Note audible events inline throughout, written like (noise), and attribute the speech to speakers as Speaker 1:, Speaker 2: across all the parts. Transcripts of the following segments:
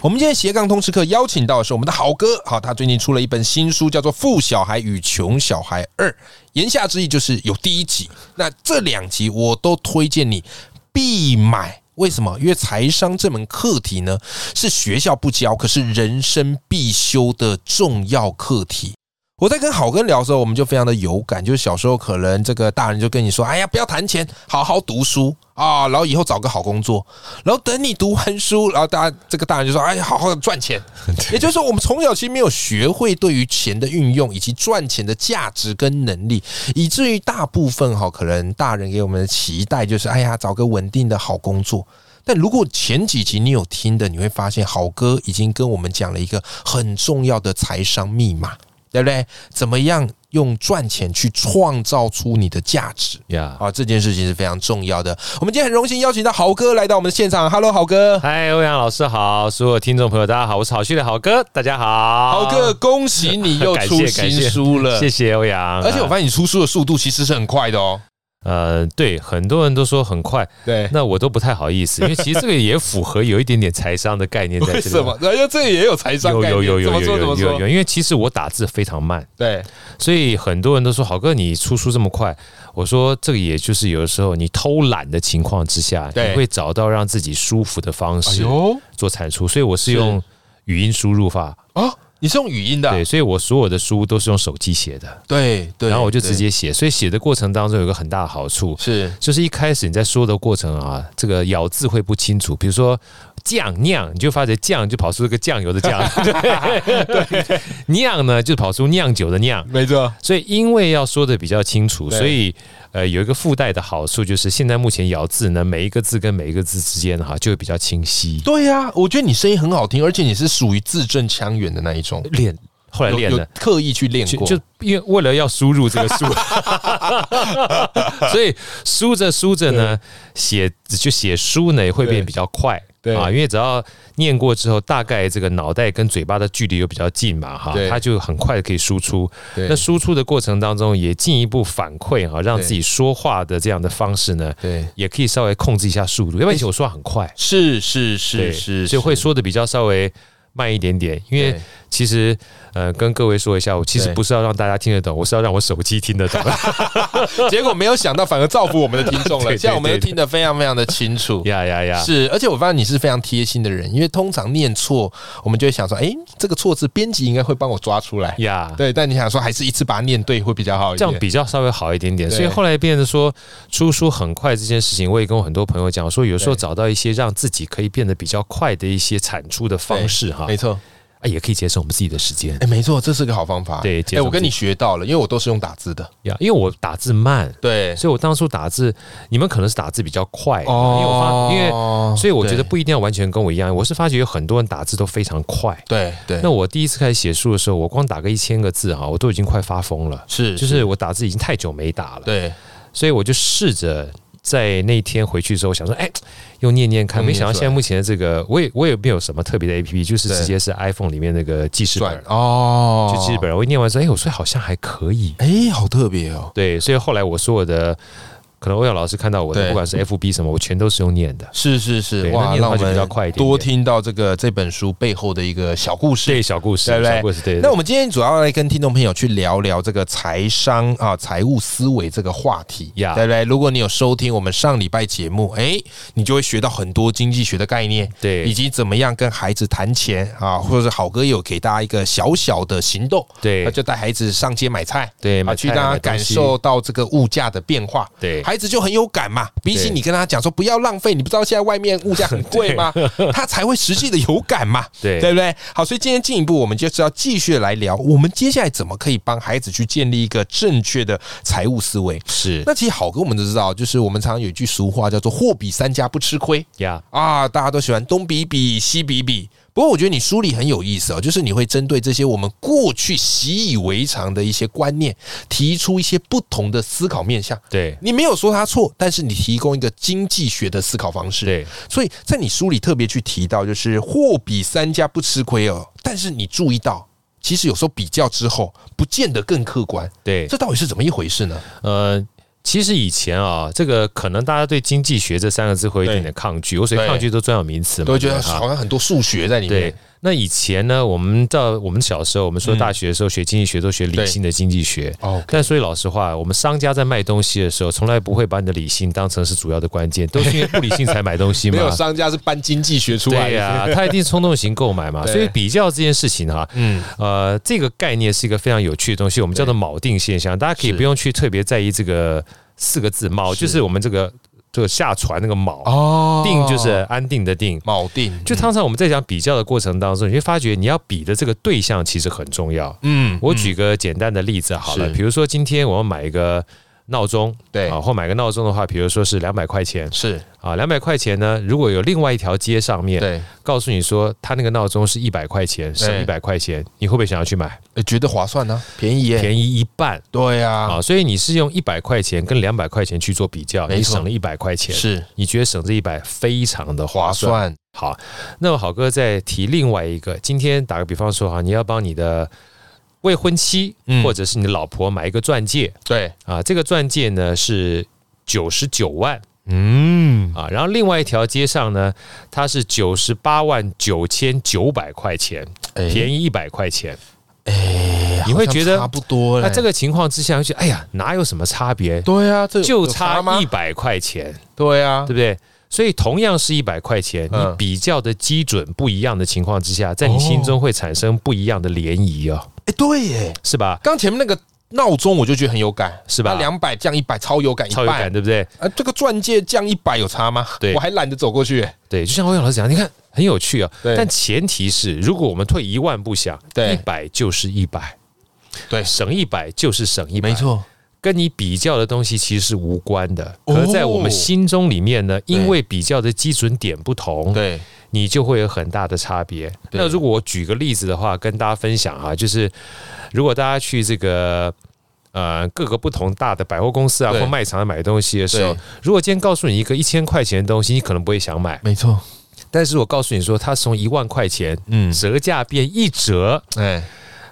Speaker 1: 我们今天斜杠通识课邀请到的是我们的好哥，好，他最近出了一本新书，叫做《富小孩与穷小孩二》，言下之意就是有第一集，那这两集我都推荐你必买。为什么？因为财商这门课题呢，是学校不教，可是人生必修的重要课题。我在跟好哥聊的时候，我们就非常的有感，就是小时候可能这个大人就跟你说：“哎呀，不要谈钱，好好读书啊，然后以后找个好工作，然后等你读完书，然后大家这个大人就说：‘哎呀，好好的赚钱。’也就是说，我们从小其实没有学会对于钱的运用，以及赚钱的价值跟能力，以至于大部分哈，可能大人给我们的期待就是：哎呀，找个稳定的好工作。但如果前几集你有听的，你会发现好哥已经跟我们讲了一个很重要的财商密码。对不对？怎么样用赚钱去创造出你的价值
Speaker 2: 呀！
Speaker 1: 啊？这件事情是非常重要的。我们今天很荣幸邀请到豪哥来到我们的现场。Hello，豪哥，
Speaker 2: 嗨，欧阳老师好，所有听众朋友大家好，我是好趣的好哥，大家好，啊
Speaker 1: 豪哥，，恭喜你又
Speaker 2: (laughs) 感谢
Speaker 1: 出新书了。
Speaker 2: 谢谢欧阳。
Speaker 1: 而且我发现你出书的速度其实是很快的哦。
Speaker 2: 呃，对，很多人都说很
Speaker 1: (laughs)
Speaker 2: 快， (laughs)
Speaker 1: 对，
Speaker 2: 那我都不太好意思，因为其实这个也符合有一点点财商的概念在这
Speaker 1: 为
Speaker 2: 里。
Speaker 1: 什么？？然后这个也有财商
Speaker 2: 有
Speaker 1: 概念，
Speaker 2: 有
Speaker 1: 怎
Speaker 2: 有有
Speaker 1: 么
Speaker 2: 有
Speaker 1: 说怎么
Speaker 2: 有有有，
Speaker 1: 说？
Speaker 2: 因为其实我打字非常慢，
Speaker 1: 对，
Speaker 2: 所以很多人都说好哥你出书这么快，我说这个也就是有的时候你偷懒的情况之下，
Speaker 1: 对
Speaker 2: 你会找到让自己舒服的方
Speaker 1: 哎
Speaker 2: 式
Speaker 1: 呦
Speaker 2: 做产出，所以我是用语音输入法，
Speaker 1: 啊，你是用语音的啊
Speaker 2: 对，，所以我所有的书都是用手机写的，
Speaker 1: 对对，
Speaker 2: 然后我就
Speaker 1: 对
Speaker 2: 直接写，所以写的过程当中有一个很大的好处，
Speaker 1: 是
Speaker 2: 就是一开始你在说的过程啊，这个咬字会不清楚，比如说酱酿，你就发觉酱就跑出一个酱油的酱， (laughs) 对，酿呢就跑出酿酒的酿。
Speaker 1: 没错，
Speaker 2: 所以，因为要说的比较清楚，
Speaker 1: 对
Speaker 2: 所以呃有一个附带的好处就是，现在目前咬字呢，每一个字跟每一个字之间哈、就会比较清晰。
Speaker 1: 对呀、我觉得你声音很好听，而且你是属于字正腔圆的那一种。
Speaker 2: 练后来
Speaker 1: 有
Speaker 2: 练
Speaker 1: 有
Speaker 2: 了，
Speaker 1: 刻意去练
Speaker 2: 就
Speaker 1: 过，
Speaker 2: 就因为为了要输入这个
Speaker 1: (laughs)
Speaker 2: 数，所以输着输着呢，写就写书呢也会变比较快。
Speaker 1: 对
Speaker 2: 啊，因为只要念过之后，大概这个脑袋跟嘴巴的距离又比较近嘛，哈
Speaker 1: 对，
Speaker 2: 它就很快可以输出。
Speaker 1: 对
Speaker 2: 那输出的过程当中，也进一步反馈哈，让
Speaker 1: 对
Speaker 2: 自己说话的这样的方式呢，
Speaker 1: 对，
Speaker 2: 也可以稍微控制一下速度。要不然以前我说话很快，
Speaker 1: 是是是
Speaker 2: 对
Speaker 1: 是，
Speaker 2: 所以会说的比较稍微慢一点点，因为
Speaker 1: 对
Speaker 2: 其实呃，跟各位说一下，我其实
Speaker 1: 对
Speaker 2: 不是要让大家听得懂，我是要让我手机听
Speaker 1: (laughs)
Speaker 2: 得懂
Speaker 1: 是，结果没有想到反而造福我们的听众了，(laughs)
Speaker 2: 对对
Speaker 1: 现在我们
Speaker 2: 对
Speaker 1: 都听得非常非常的清楚。 (laughs)
Speaker 2: 呀呀呀！
Speaker 1: 是，而且我发现你是非常贴心的人，因为通常念错，我们就会想说，哎、这个错字编辑应该会帮我抓出来。
Speaker 2: 呀，
Speaker 1: 对，但你想说，还是一次把它念对会比较好一
Speaker 2: 这
Speaker 1: 点。
Speaker 2: 样比较稍微好一点点。
Speaker 1: 对
Speaker 2: 所以后来变得说出书很快这件事情，我也跟我很多朋友讲说，有时候
Speaker 1: 对
Speaker 2: 找到一些让自己可以变得比较快的一些产出的方式哈，
Speaker 1: 没错，
Speaker 2: 啊，也可以节省我们自己的时间
Speaker 1: 哎、没错，这是个好方法。
Speaker 2: 对
Speaker 1: 哎、我跟你学到了，因为我都是用打字的。
Speaker 2: 呀。因为我打字慢，
Speaker 1: 对，
Speaker 2: 所以我当初打字，你们可能是打字比较快，
Speaker 1: 哎
Speaker 2: 因为
Speaker 1: 哦
Speaker 2: 我发因为。
Speaker 1: 为
Speaker 2: 所以我觉得不一定要完全跟我一样，我是发觉有很多人打字都非常快。
Speaker 1: 对对，
Speaker 2: 那我第一次开始写书的时候，我光打个一千个字啊哈，我都已经快发疯了，
Speaker 1: 是
Speaker 2: 就是我打字已经太久没打了，
Speaker 1: 对
Speaker 2: 所以我就试着在那天回去之后想说，哎，又念念看，
Speaker 1: 用
Speaker 2: 没
Speaker 1: 念出来
Speaker 2: 想到现在目前的这个，我也我也没有什么特别的 A P P，就是
Speaker 1: 对
Speaker 2: 直接是 iPhone 里面那个记事
Speaker 1: 转
Speaker 2: 本，
Speaker 1: 哦，
Speaker 2: 就记事本，我一念完之后，哎，我说好像还可以，
Speaker 1: 哎、好特别哦。
Speaker 2: 对，所以后来我所有的。可能欧阳老师看到我的，
Speaker 1: 对
Speaker 2: 不管是 FB 什么，我全都是用念的。
Speaker 1: 是是是，
Speaker 2: 对那
Speaker 1: 哇，
Speaker 2: 念的
Speaker 1: 让我
Speaker 2: 话就
Speaker 1: 们
Speaker 2: 比较快一点点
Speaker 1: 多听到这个这本书背后的一个小故事。
Speaker 2: 对，小故事，
Speaker 1: 对不对
Speaker 2: 小故事，对。对
Speaker 1: 那我们今天主要来跟听众朋友去聊聊这个财商啊、财务思维这个话题，
Speaker 2: 呀
Speaker 1: 对不对？如果你有收听我们上礼拜节目，哎，你就会学到很多经济学的概念，
Speaker 2: 对
Speaker 1: 以及怎么样跟孩子谈钱啊，或者是好哥有给大家一个小小的行动，
Speaker 2: 对
Speaker 1: 那就带孩子上街买菜，
Speaker 2: 对
Speaker 1: 啊，
Speaker 2: 买菜
Speaker 1: 去让他
Speaker 2: 买东
Speaker 1: 感
Speaker 2: 西
Speaker 1: 受到这个物价的变化，
Speaker 2: 对
Speaker 1: 孩子就很有感嘛。比起
Speaker 2: 对
Speaker 1: 你跟他讲说不要浪费，你不知道现在外面物价很贵吗？ (laughs) 他才会实际的有感嘛，
Speaker 2: 对
Speaker 1: 对不对？好，所以今天进一步，我们就是要继续来聊，我们接下来怎么可以帮孩子去建立一个正确的财务思维。
Speaker 2: 是
Speaker 1: 那其实好哥我们都知道，就是我们常常有一句俗话叫做“货比三家不吃亏”
Speaker 2: 呀，
Speaker 1: 啊，大家都喜欢东比比西比比。不过我觉得你梳理很有意思哦，就是你会针对这些我们过去习以为常的一些观念，提出一些不同的思考面向。
Speaker 2: 对
Speaker 1: 你没有说它错，但是你提供一个经济学的思考方式。
Speaker 2: 对，
Speaker 1: 所以在你书里特别去提到，就是货比三家不吃亏哦，但是你注意到。其实有时候比较之后，不见得更客观。
Speaker 2: 对，
Speaker 1: 这到底是怎么一回事呢？
Speaker 2: 呃，其实以前啊，这个可能大家对经济学这三个字会有一点点抗拒，我所以抗拒都专有名词嘛，
Speaker 1: 都会觉得
Speaker 2: 对不对啊
Speaker 1: 好像很多数学在里面
Speaker 2: 对。，那以前呢，我们到我们小时候，我们说
Speaker 1: 嗯
Speaker 2: 大学的时候学经济学都学理性的经济学。
Speaker 1: 哦，
Speaker 2: 但所以老实话，我们商家在卖东西的时候，从来不会把你的理性当成是主要的关键，都是因为不理性才买东西
Speaker 1: (laughs)
Speaker 2: 嘛。
Speaker 1: 没有商家是搬经济学出来
Speaker 2: 啊对
Speaker 1: (laughs)
Speaker 2: 呀、
Speaker 1: 的。
Speaker 2: 他一定是冲动型购买嘛。
Speaker 1: 对
Speaker 2: 所以比较这件事情哈、
Speaker 1: 嗯，
Speaker 2: 呃，这个概念是一个非常有趣的东西，我们叫做锚定现象。大家可以
Speaker 1: 是
Speaker 2: 不用去特别在意这个四个字“锚”，
Speaker 1: 是
Speaker 2: 就是我们这个这个下船那个锚，
Speaker 1: 哦
Speaker 2: 定就是安定的定。
Speaker 1: 锚定，
Speaker 2: 就通常我们在讲比较的过程当中，你会发觉你要比的这个对象其实很重要。
Speaker 1: 嗯，
Speaker 2: 我举个简单的例子好了，
Speaker 1: 是
Speaker 2: 比如说今天我要买一个闹钟，
Speaker 1: 对
Speaker 2: 啊，或买个闹钟的话，比如说是两百块钱
Speaker 1: 是
Speaker 2: 啊，两百块钱呢，如果有另外一条街上面
Speaker 1: 对，
Speaker 2: 告诉你说他那个闹钟是一百块钱，省
Speaker 1: 对
Speaker 2: 一百块钱，你会不会想要去买？
Speaker 1: 呃觉得划算呢，便宜耶，
Speaker 2: 便宜一半
Speaker 1: 对呀，
Speaker 2: 啊！所以你是用一百块钱跟两百块钱去做比较，
Speaker 1: 没
Speaker 2: 你
Speaker 1: 错
Speaker 2: 省了一百块钱，
Speaker 1: 是
Speaker 2: 你觉得省这一百非常的划
Speaker 1: 划
Speaker 2: 算。
Speaker 1: 算，
Speaker 2: 好，那么好哥再提另外一个，今天打个比方说哈，你要帮你的未婚妻、
Speaker 1: 嗯
Speaker 2: 或者是你的老婆买一个钻戒
Speaker 1: 对，
Speaker 2: 啊，这个钻戒呢是九十九万
Speaker 1: 嗯，
Speaker 2: 啊，然后另外一条街上呢，它是九十八万九千九百块钱，便
Speaker 1: 宜，
Speaker 2: 宜一百块钱。
Speaker 1: 哎
Speaker 2: 你会觉得
Speaker 1: 嗯好像差不多嘞。
Speaker 2: 那这个情况之下，就哎呀，哪有什么差别？
Speaker 1: 对啊，这
Speaker 2: 就
Speaker 1: 有
Speaker 2: 差
Speaker 1: 吗
Speaker 2: 一？百块钱，
Speaker 1: 对啊
Speaker 2: 对，不对？所以同样是一百块钱，
Speaker 1: 嗯
Speaker 2: 你比较的基准不一样的情况之下，在你心中会产生不一样的涟漪哦，
Speaker 1: 哎，对耶，
Speaker 2: 是吧？
Speaker 1: 刚前面那个闹钟我就觉得很有感，
Speaker 2: 是吧
Speaker 1: 两百降一百，超有哦感，一
Speaker 2: 超有
Speaker 1: 半
Speaker 2: 感，。对不对？
Speaker 1: 啊，这个钻戒降一百有差吗？
Speaker 2: 对
Speaker 1: 我还懒得走过去耶。
Speaker 2: 对，就像欧阳老师讲，你看很有趣啊、
Speaker 1: 对
Speaker 2: 但前提是，如果我们退一万步想，
Speaker 1: 对
Speaker 2: 一百就是一百，
Speaker 1: 对
Speaker 2: 省一百就是省一百，
Speaker 1: 没，错，
Speaker 2: 跟你比较的东西其实是无关的。
Speaker 1: 哦
Speaker 2: 可在我们心中里面呢，因为比较的基准点不同，
Speaker 1: 对，
Speaker 2: 你就会有很大的差别。
Speaker 1: 对
Speaker 2: 那如果我举个例子的话，跟大家分享啊，就是如果大家去这个呃各个不同大的百货公司啊
Speaker 1: 对
Speaker 2: 或卖场买东西的时候
Speaker 1: 对，
Speaker 2: 如果今天告诉你一个一千块钱的东西，你可能不会想买；
Speaker 1: 没错，
Speaker 2: 但是我告诉你说，它从一万块钱
Speaker 1: 嗯，
Speaker 2: 折价变一折，
Speaker 1: 哎，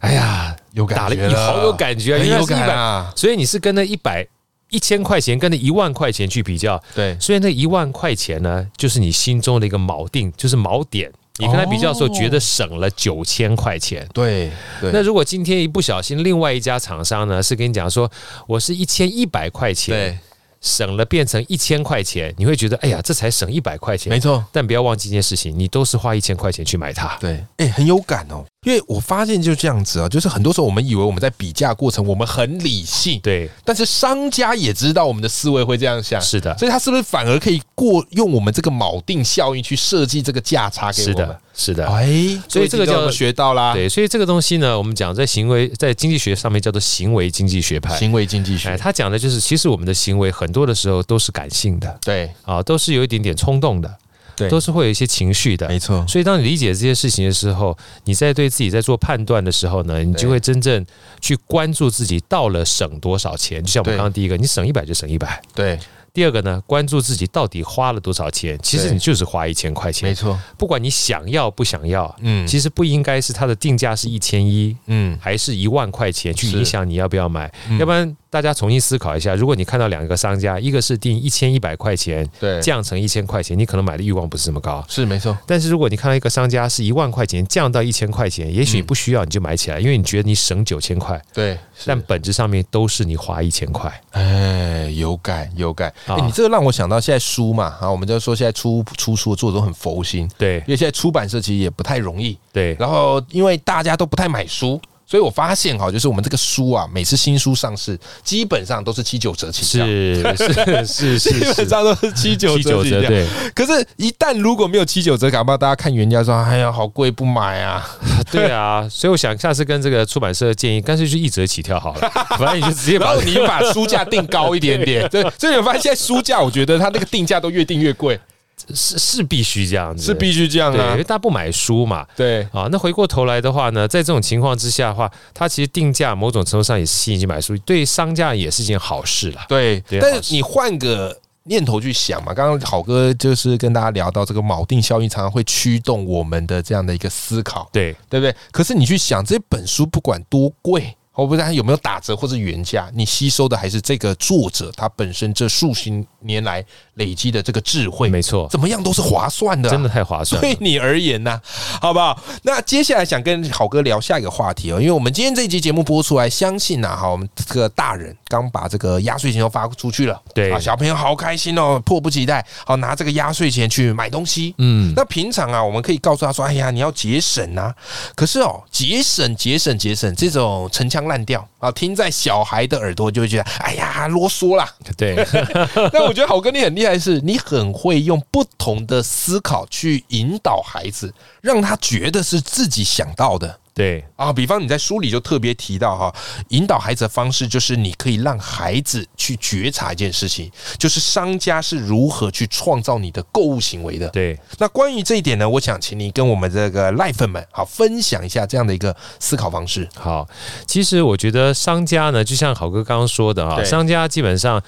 Speaker 2: 哎呀，
Speaker 1: 有
Speaker 2: 打
Speaker 1: 感
Speaker 2: 了
Speaker 1: 觉
Speaker 2: 一
Speaker 1: 了，
Speaker 2: 好有感觉，
Speaker 1: 很
Speaker 2: 原来
Speaker 1: 有
Speaker 2: 是一
Speaker 1: 感
Speaker 2: 百，
Speaker 1: 啊，
Speaker 2: 所以你是跟那一百。一千块钱跟那一万块钱去比较，
Speaker 1: 对，
Speaker 2: 所以那一万块钱呢，就是你心中的一个锚定，就是锚点。你跟他比较的时候，
Speaker 1: 哦
Speaker 2: 觉得省了九千块钱。
Speaker 1: 对，对，
Speaker 2: 那如果今天一不小心，另外一家厂商呢是跟你讲说，我是一千一百块钱
Speaker 1: 对，
Speaker 2: 省了变成一千块钱，你会觉得哎呀，这才省一百块钱。
Speaker 1: 没错，
Speaker 2: 但不要忘记一件事情，你都是花一千块钱去买它。
Speaker 1: 对，哎、很有感哦。因为我发现就这样子啊，就是很多时候我们以为我们在比价过程我们很理性，
Speaker 2: 对，
Speaker 1: 但是商家也知道我们的思维会这样想，
Speaker 2: 是的，
Speaker 1: 所以他是不是反而可以过用我们这个锚定效应去设计这个价差给
Speaker 2: 是
Speaker 1: 我们
Speaker 2: 的？，是的。
Speaker 1: 哎，
Speaker 2: 所以这个叫
Speaker 1: 我们学到啦，
Speaker 2: 对，所以这个东西呢，我们讲在行为在经济学上面叫做行为经济学派。
Speaker 1: 行为经济
Speaker 2: 哎，
Speaker 1: 学，
Speaker 2: 他讲的就是，其实我们的行为很多的时候都是感性的
Speaker 1: 对
Speaker 2: 啊，都是有一点点冲动的，
Speaker 1: 对
Speaker 2: 都是会有一些情绪的。
Speaker 1: 错，
Speaker 2: 所以，当你理解这些事情的时候，你在对自己在做判断的时候呢，你就会真正去关注自己到了省多少钱。就像我们
Speaker 1: 对
Speaker 2: 刚刚第一个，你省一百就省一百；
Speaker 1: 对，
Speaker 2: 第二个呢，关注自己到底花了多少钱。其实
Speaker 1: 对
Speaker 2: 你就是花一千块
Speaker 1: 没
Speaker 2: 钱，
Speaker 1: 错，
Speaker 2: 不管你想要不想要，
Speaker 1: 嗯
Speaker 2: 其实不应该是它的定价是一千一，
Speaker 1: 嗯，
Speaker 2: 还是一万块钱去影响你要不要买
Speaker 1: 嗯。
Speaker 2: 要不然大家重新思考一下，如果你看到两个商家，一个是定一千一百块钱
Speaker 1: 对，
Speaker 2: 降成一千块钱，你可能买的欲望不是这么高。
Speaker 1: 是没错，
Speaker 2: 但是如果你看到一个商家是一万块钱降到一千块钱，也许
Speaker 1: 嗯
Speaker 2: 你不需要你就买起来，因为你觉得你省九千块，
Speaker 1: 对，
Speaker 2: 但本质上面都是你花一千块。
Speaker 1: 哎，有感有感、
Speaker 2: 啊
Speaker 1: 哎，你这个让我想到现在书嘛，啊，我们就说现在出出书的作者都很佛心，
Speaker 2: 对
Speaker 1: 因为现在出版社其实也不太容易，
Speaker 2: 对
Speaker 1: 然后因为大家都不太买书，所以我发现哈，就是我们这个书啊，每次新书上市，基本上都是七九折起跳，
Speaker 2: 是是
Speaker 1: (laughs) 基
Speaker 2: 是是
Speaker 1: 本
Speaker 2: 是。
Speaker 1: 上都是七九
Speaker 2: 七
Speaker 1: 折
Speaker 2: 九
Speaker 1: 起
Speaker 2: 折
Speaker 1: 跳。
Speaker 2: 对
Speaker 1: 可是，一旦如果没有七九折，搞不好大家看原价说，哎呀，好贵，不买
Speaker 2: (laughs)
Speaker 1: 啊。
Speaker 2: 对啊，所以我想下次跟这个出版社建议，干脆就一折起跳好了，反正你就直
Speaker 1: (laughs)
Speaker 2: 接
Speaker 1: 然
Speaker 2: 把
Speaker 1: 后你把书价定高一点点，对，所以你会发现现在书价，我觉得它那个定价都越定越贵。
Speaker 2: 是是必须这样子，
Speaker 1: 是必须这样
Speaker 2: (laughs) 对，因
Speaker 1: 啊
Speaker 2: 为，大家不买书嘛。
Speaker 1: 对，
Speaker 2: 啊，那回过头来的话呢，在这种情况之下的话，它其实定价某种程度上也是吸引去买书，对商家也是件好事啦。
Speaker 1: 对，
Speaker 2: 对
Speaker 1: 但
Speaker 2: 好
Speaker 1: 是
Speaker 2: 事
Speaker 1: 你换个念头去想嘛，刚刚好哥就是跟大家聊到这个锚定效应，常常会驱动我们的这样的一个思考，
Speaker 2: 对，
Speaker 1: 对不对？可是你去想，这本书不管多贵。哦，不是它有没有打折或者原价，你吸收的还是这个作者他本身这数十年来累积的这个智慧，
Speaker 2: 没错，
Speaker 1: 怎么样都是划算的啊、
Speaker 2: 真的太划算
Speaker 1: 对
Speaker 2: 了。
Speaker 1: 你而言呐、好不好？那接下来想跟好哥聊下一个话题哦，因为我们今天这一集节目播出来，相信呐、哈，我们这个大人刚把这个压岁钱都发出去了，
Speaker 2: 对
Speaker 1: 啊，小朋友好开心哦，迫不及待，好拿这个压岁钱去买东西。
Speaker 2: 嗯，
Speaker 1: 那平常啊，我们可以告诉他说：“哎呀，你要节省啊。”可是哦，节省、节省、节省这种陈腔滥调啊，听在小孩的耳朵就会觉得：“哎呀，啰嗦啦。”
Speaker 2: 对，
Speaker 1: (laughs) 但我觉得好哥你很厉害的是，你很会用不同的思考去引导孩子，让他觉得是自己想到的。
Speaker 2: 对，
Speaker 1: 啊，比方你在书里就特别提到哈，引导孩子的方式就是你可以让孩子去觉察一件事情，就是商家是如何去创造你的购物行为的。
Speaker 2: 对，
Speaker 1: 那关于这一点呢，我想请你跟我们这个赖粉们好分享一下这样的一个思考方式。
Speaker 2: 好，其实我觉得商家呢，就像好哥刚刚说的哈，
Speaker 1: 对
Speaker 2: 商家基本上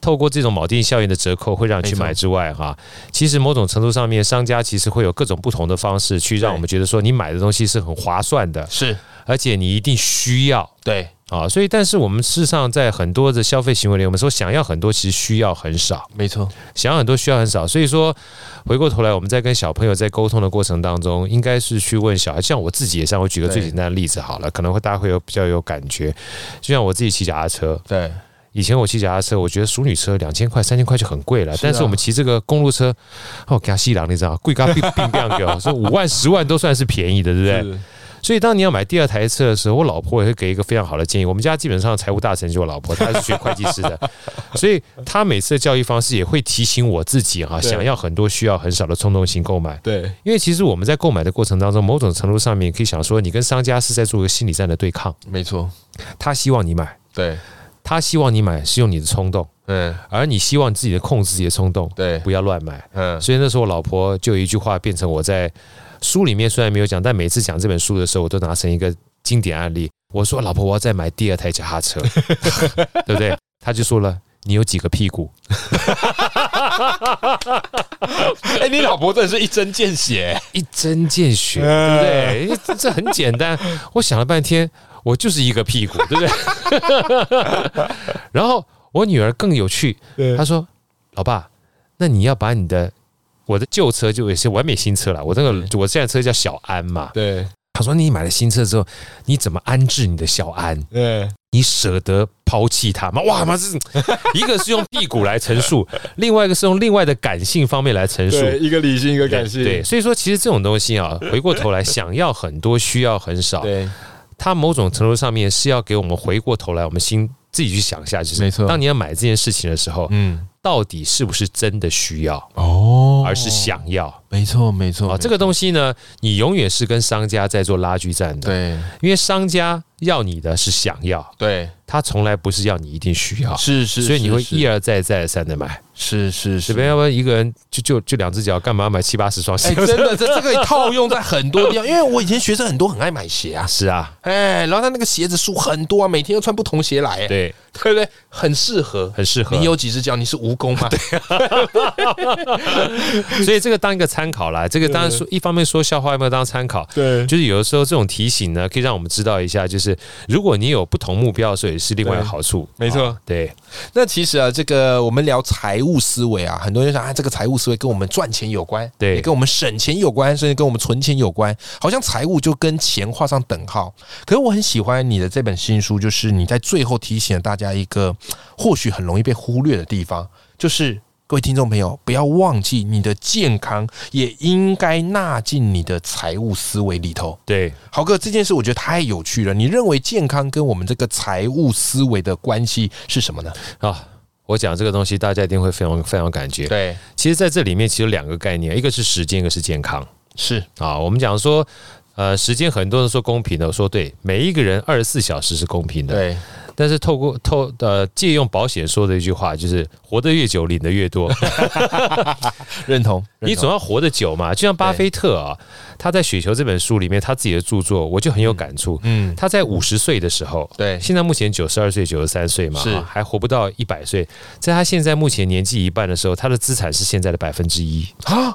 Speaker 2: 透过这种锚定效应的折扣，会让你去
Speaker 1: 没错
Speaker 2: 买之外哈，其实某种程度上面，商家其实会有各种不同的方式去让
Speaker 1: 对
Speaker 2: 我们觉得说你买的东西是很划算的，
Speaker 1: 是
Speaker 2: 而且你一定需要。
Speaker 1: 对，
Speaker 2: 啊，所以，但是我们事实上在很多的消费行为里，我们说想要很多，其实需要很少。
Speaker 1: 没错，
Speaker 2: 想要很多，需要很少。所以说，回过头来，我们在跟小朋友在沟通的过程当中，应该是去问小孩。像我自己也像我举个最
Speaker 1: 对
Speaker 2: 简单的例子好了，可能会大家会有比较有感觉。就像我自己骑脚踏车，
Speaker 1: 对，
Speaker 2: 以前我骑脚踏车，我觉得淑女车两千块、三千块就很贵了，
Speaker 1: 是啊
Speaker 2: 但是我们骑这个公路车，哦，给他吸狼，你知道吗，贵咖并并不给我，说五万、十万都算是便宜的，对不对？
Speaker 1: 是
Speaker 2: 所以当你要买第二台车的时候，我老婆也会给一个非常好的建议。我们家基本上财务大神就是我老婆，她是学会计师的，所以她每次的教育方式也会提醒我自己哈、
Speaker 1: 对
Speaker 2: 想要很多需要很少的冲动性购买。
Speaker 1: 对，
Speaker 2: 因为其实我们在购买的过程当中，某种程度上面可以想说，你跟商家是在做一个心理战的对抗。
Speaker 1: 没错，
Speaker 2: 他希望你买，
Speaker 1: 对，
Speaker 2: 他希望你买是用你的冲动，
Speaker 1: 嗯，
Speaker 2: 而你希望自己的控制自己的冲动，
Speaker 1: 对，
Speaker 2: 不要乱买。
Speaker 1: 嗯，
Speaker 2: 所以那时候我老婆就有一句话变成我在书里面虽然没有讲，但每次讲这本书的时候，我都拿成一个经典案例。我说：“老婆，我要再买第二台脚踏车，对不对？”她就说了：“你有几个屁股
Speaker 1: (laughs) 哎、你老婆真的是一针见 (laughs) 血，？”
Speaker 2: 一针见血，
Speaker 1: (laughs) 嗯
Speaker 2: 对不对？这这很简单。我想了半天，我就是一个屁股，对不对？ (laughs) 然后我女儿更有趣，
Speaker 1: 对
Speaker 2: 她说：“老爸，那你要把你的我的旧车就也是完美新车了，我这个我现在车叫小安嘛，
Speaker 1: 对，
Speaker 2: 他说：“你买了新车之后，你怎么安置你的小安？
Speaker 1: 嗯，
Speaker 2: 你舍得抛弃他吗？”哇妈，这是一个是用屁股来陈述，另外一个是用另外的感性方面来陈述。
Speaker 1: 一个理性，一个感性，
Speaker 2: 对，所以说其实这种东西啊，回过头来想要很多，需要很少，
Speaker 1: 对，
Speaker 2: 它某种程度上面是要给我们回过头来，我们心自己去想一下，就是
Speaker 1: 没错
Speaker 2: 当你要买这件事情的时候，
Speaker 1: 嗯，
Speaker 2: 到底是不是真的需要，
Speaker 1: 哦
Speaker 2: 而是，想要
Speaker 1: 没错，没错，
Speaker 2: 啊？这个东西呢，你永远是跟商家在做拉锯战的。
Speaker 1: 对，
Speaker 2: 因为商家要你的是想要，
Speaker 1: 对，
Speaker 2: 他从来不是要你一定需要，
Speaker 1: 是是，
Speaker 2: 所以你会一
Speaker 1: 而
Speaker 2: 而再再而三的买，
Speaker 1: 是是
Speaker 2: 对不对？
Speaker 1: 是。
Speaker 2: 要不然一个人就就就两只脚，干嘛买七八十双
Speaker 1: 哎、
Speaker 2: 鞋？
Speaker 1: 真的，这这个套用在很多 (laughs) 地方，因为我以前学生很多很爱买鞋啊，
Speaker 2: 是啊，
Speaker 1: 哎、然后他那个鞋子数很多啊，每天都穿不同鞋来、哎
Speaker 2: 对，
Speaker 1: (laughs) 对不对？很适合，
Speaker 2: 很适合
Speaker 1: 你。有几只脚？你是蜈蚣吗？对，
Speaker 2: 所以这个当一个参考啦，这个当然说一方面说笑话，一方面当参考。
Speaker 1: 对
Speaker 2: 就是有的时候这种提醒呢，可以让我们知道一下，就是如果你有不同目标的时候，也是另外一个好处。
Speaker 1: 没错
Speaker 2: 啊对，
Speaker 1: 那其实啊，这个我们聊财务思维啊，很多人想啊，这个财务思维跟我们赚钱有关，
Speaker 2: 对
Speaker 1: 也跟我们省钱有关，甚至跟我们存钱有关，好像财务就跟钱画上等号。可是我很喜欢你的这本新书，就是你在最后提醒了大家一个或许很容易被忽略的地方，就是。各位听众朋友，不要忘记你的健康也应该纳进你的财务思维里头。
Speaker 2: 对，
Speaker 1: 豪哥，这件事我觉得太有趣了。你认为健康跟我们这个财务思维的关系是什么呢？
Speaker 2: 啊。我讲这个东西，大家一定会非常非常有感觉。
Speaker 1: 对，
Speaker 2: 其实，在这里面其实有两个概念，一个是时间，一个是健康。
Speaker 1: 是
Speaker 2: 啊，我们讲说，呃，时间很多人说公平的，我说对，每一个人二十四小时是公平的。
Speaker 1: 对，
Speaker 2: 但是透过透呃借用保险说的一句话，就是活得越久领的越多。
Speaker 1: 认同，
Speaker 2: 你
Speaker 1: 认同
Speaker 2: 总要活得久嘛。就像巴菲特啊，他在《雪球》这本书里面他自己的著作，我就很有感触。
Speaker 1: 嗯，
Speaker 2: 他在五十岁的时候，
Speaker 1: 对
Speaker 2: 现在目前九十二岁、九十三岁嘛，
Speaker 1: 是
Speaker 2: 还活不到一百岁。在他现在目前年纪一半的时候，他的资产是现在的百分之一，
Speaker 1: 啊，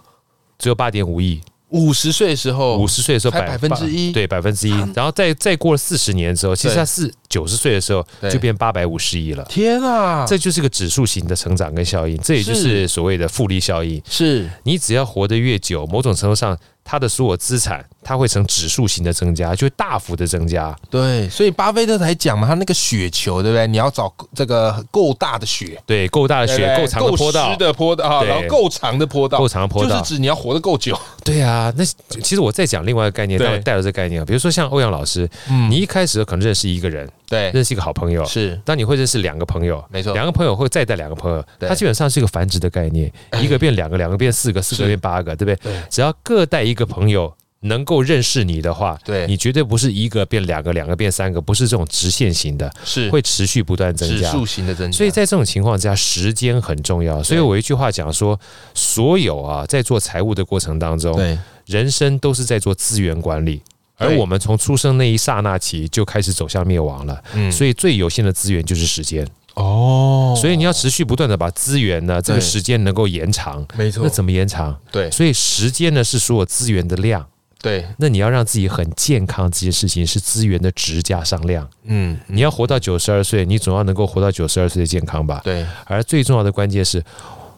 Speaker 2: 只有八点五亿。
Speaker 1: 五十岁的时候，
Speaker 2: 五十岁的时候
Speaker 1: 哦才1%
Speaker 2: 对百分之一。然后再再过了四十年之后，其实
Speaker 1: 对
Speaker 2: 他是九十岁的时候
Speaker 1: 对
Speaker 2: 就变八百五十亿了。
Speaker 1: 天啊，
Speaker 2: 这就是个指数型的成长跟效应，这也就是所谓的复利效应。
Speaker 1: 是
Speaker 2: 你只要活得越久，某种程度上，它的所有资产它会呈指数型的增加，就会大幅的增加。
Speaker 1: 对，所以巴菲特才讲嘛，他那个雪球，对不对？你要找这个够大的雪，
Speaker 2: 对，够大的
Speaker 1: 对
Speaker 2: 雪
Speaker 1: 不，对
Speaker 2: 够长的坡
Speaker 1: 够
Speaker 2: 道
Speaker 1: 湿，的坡道，啊
Speaker 2: 对
Speaker 1: 然后够长的坡道
Speaker 2: 够，长的坡
Speaker 1: 就是
Speaker 2: 道。
Speaker 1: 指你要活得够久。
Speaker 2: 对啊，那其实我在讲另外一个概念，
Speaker 1: 对
Speaker 2: 他带了这个概念啊，比如说像欧阳老师，
Speaker 1: 嗯
Speaker 2: 你一开始可能认识一个人，
Speaker 1: 对，
Speaker 2: 认识一个好朋友，
Speaker 1: 是
Speaker 2: 当你会认识两个朋友，
Speaker 1: 没错
Speaker 2: 两个朋友会再带两个朋友，
Speaker 1: 对
Speaker 2: 它基本上是一个繁殖的
Speaker 1: (laughs)
Speaker 2: 概念，一个变两个，两个变四个，四
Speaker 1: 是
Speaker 2: 个变八个，对不对
Speaker 1: 对？
Speaker 2: 只要各带一个朋友。能够认识你的话，
Speaker 1: 对
Speaker 2: 你绝对不是一个变两个，两个变三个，不是这种直线型的，
Speaker 1: 是
Speaker 2: 会持续不断增
Speaker 1: 指
Speaker 2: 加。
Speaker 1: 数型的增加，
Speaker 2: 所以在这种情况之下，时间很重要。所以我有一句话讲说，所有啊，在做财务的过程当中，
Speaker 1: 对
Speaker 2: 人生都是在做资源管理，而
Speaker 1: 对
Speaker 2: 我们从出生那一刹那起就开始走向灭亡了。
Speaker 1: 嗯
Speaker 2: 所以最有限的资源就是时间，
Speaker 1: 哦
Speaker 2: 所以你要持续不断的把资源呢，这个
Speaker 1: 对
Speaker 2: 时间能够延长。
Speaker 1: 没错
Speaker 2: 那，怎么延长？
Speaker 1: 对
Speaker 2: 所以时间呢是所有资源的量，
Speaker 1: 对，
Speaker 2: 那你要让自己很健康，这件事情是资源的值加上量。
Speaker 1: 嗯，
Speaker 2: 你要活到九十二岁，你总要能够活到九十二岁的健康吧？
Speaker 1: 对，
Speaker 2: 而最重要的关键是，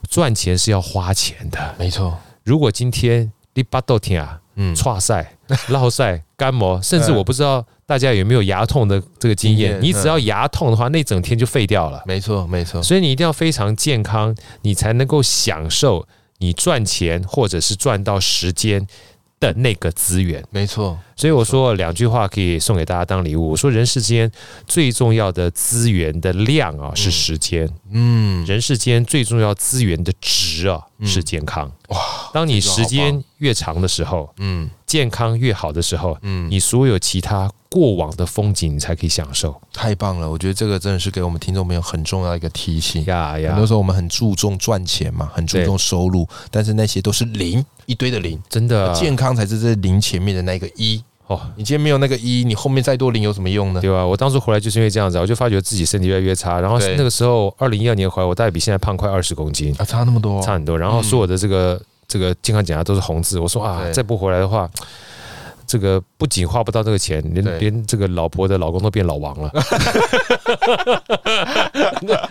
Speaker 2: 赚钱是要花钱的。
Speaker 1: 没错，
Speaker 2: 如果今天你巴豆天啊，
Speaker 1: 嗯 (laughs)
Speaker 2: 岔赛、落赛、干磨，甚至
Speaker 1: 嗯
Speaker 2: 我不知道大家有没有牙痛的这个经
Speaker 1: 经
Speaker 2: 验
Speaker 1: 验，
Speaker 2: 你只
Speaker 1: 嗯
Speaker 2: 要牙痛的话，那整天就废掉了。
Speaker 1: 没错，没错，
Speaker 2: 所以你一定要非常健康，你才能够享受你赚钱或者是赚到时间的那个资源。
Speaker 1: 没错，
Speaker 2: 所以我说两句话可以送给大家当礼物。我说人世间最重要的资源的量啊是时间，
Speaker 1: 嗯，
Speaker 2: 人世间最重要资源的值啊是健康。
Speaker 1: 哇，
Speaker 2: 当你
Speaker 1: 这个好
Speaker 2: 时间越长的时候，
Speaker 1: 嗯
Speaker 2: 健康越好的时候，
Speaker 1: 嗯，
Speaker 2: 你所有其他过往的风景你才可以享受。
Speaker 1: 太棒了，我觉得这个真的是给我们听众朋友很重要的一个提醒。
Speaker 2: 呀
Speaker 1: 很
Speaker 2: 呀
Speaker 1: 多，时候我们很注重赚钱嘛，很注重收入，但是那些都是零，一堆的零。
Speaker 2: 真的
Speaker 1: 健康才是这零前面的那个一，
Speaker 2: 哦，
Speaker 1: 你今天没有那个一，你后面再多零有什么用呢？
Speaker 2: 对吧？我当初回来就是因为这样子啊，我就发觉自己身体越来越差。然后
Speaker 1: 对
Speaker 2: 那个时候，二零一二年回来，我大概比现在胖快二十公斤，
Speaker 1: 啊，差那么多
Speaker 2: 差
Speaker 1: 哦，
Speaker 2: 很多。然后所有的这个、这个健康检查都是红字，我说啊，
Speaker 1: 对
Speaker 2: 再不回来的话。这个不仅花不到这个钱，
Speaker 1: 对
Speaker 2: 连连这个老婆的老公都变老
Speaker 1: (laughs)
Speaker 2: 王了， (laughs) 对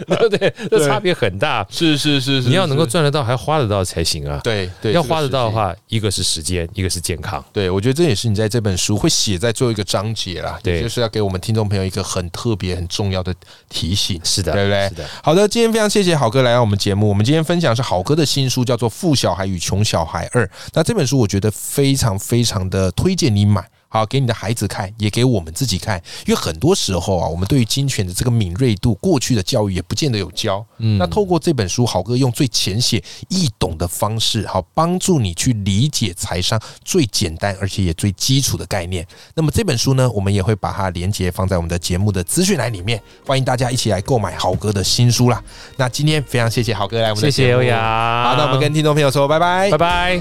Speaker 2: 对不对？这
Speaker 1: 对
Speaker 2: 差别很大。
Speaker 1: 是是是
Speaker 2: 你要能够赚得到，还花得到才行啊。
Speaker 1: 对对，
Speaker 2: 要
Speaker 1: 这个
Speaker 2: 花得到的
Speaker 1: 事情
Speaker 2: 话，一个是时间，一个是健康。
Speaker 1: 对，我觉得这也是你在这本书会写在最后一个章节啦，
Speaker 2: 对
Speaker 1: 也就是要给我们听众朋友一个很特别、很重要的提醒。
Speaker 2: 是的，
Speaker 1: 对不对
Speaker 2: 是的，
Speaker 1: 好的，今天非常谢谢好哥来啊到我们节目。我们今天分享是好哥的新书，叫做《富小孩与穷小孩二》。那这本书我觉得非常非常的推荐你买。好，给你的孩子看，也给我们自己看，因为很多时候啊，我们对于金钱的这个敏锐度，过去的教育也不见得有教。嗯，那透过这本书，好哥用最浅显易懂的方式，好帮助你去理解财商最简单而且也最基础的概念。那么这本书呢，我们也会把它连接放在我们的节目的资讯栏里面，欢迎大家一起来购买豪哥的新书啦。那今天非常谢谢豪哥来我们的
Speaker 2: 谢
Speaker 1: 节目，
Speaker 2: 谢欧阳。
Speaker 1: 好，那我们跟听众朋友说拜拜
Speaker 2: 拜。拜。